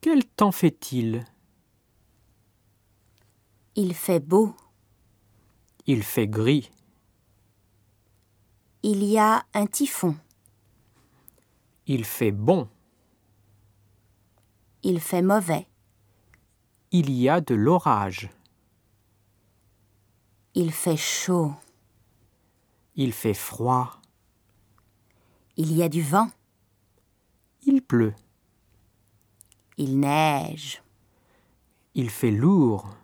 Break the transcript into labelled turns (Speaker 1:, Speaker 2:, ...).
Speaker 1: Quel temps fait-il
Speaker 2: Il fait beau.
Speaker 1: Il fait gris.
Speaker 2: Il y a un typhon.
Speaker 1: Il fait bon.
Speaker 2: Il fait mauvais.
Speaker 1: Il y a de l'orage.
Speaker 2: Il fait chaud.
Speaker 1: Il fait froid.
Speaker 2: Il y a du vent.
Speaker 1: Il pleut.
Speaker 2: Il neige.
Speaker 1: Il fait lourd.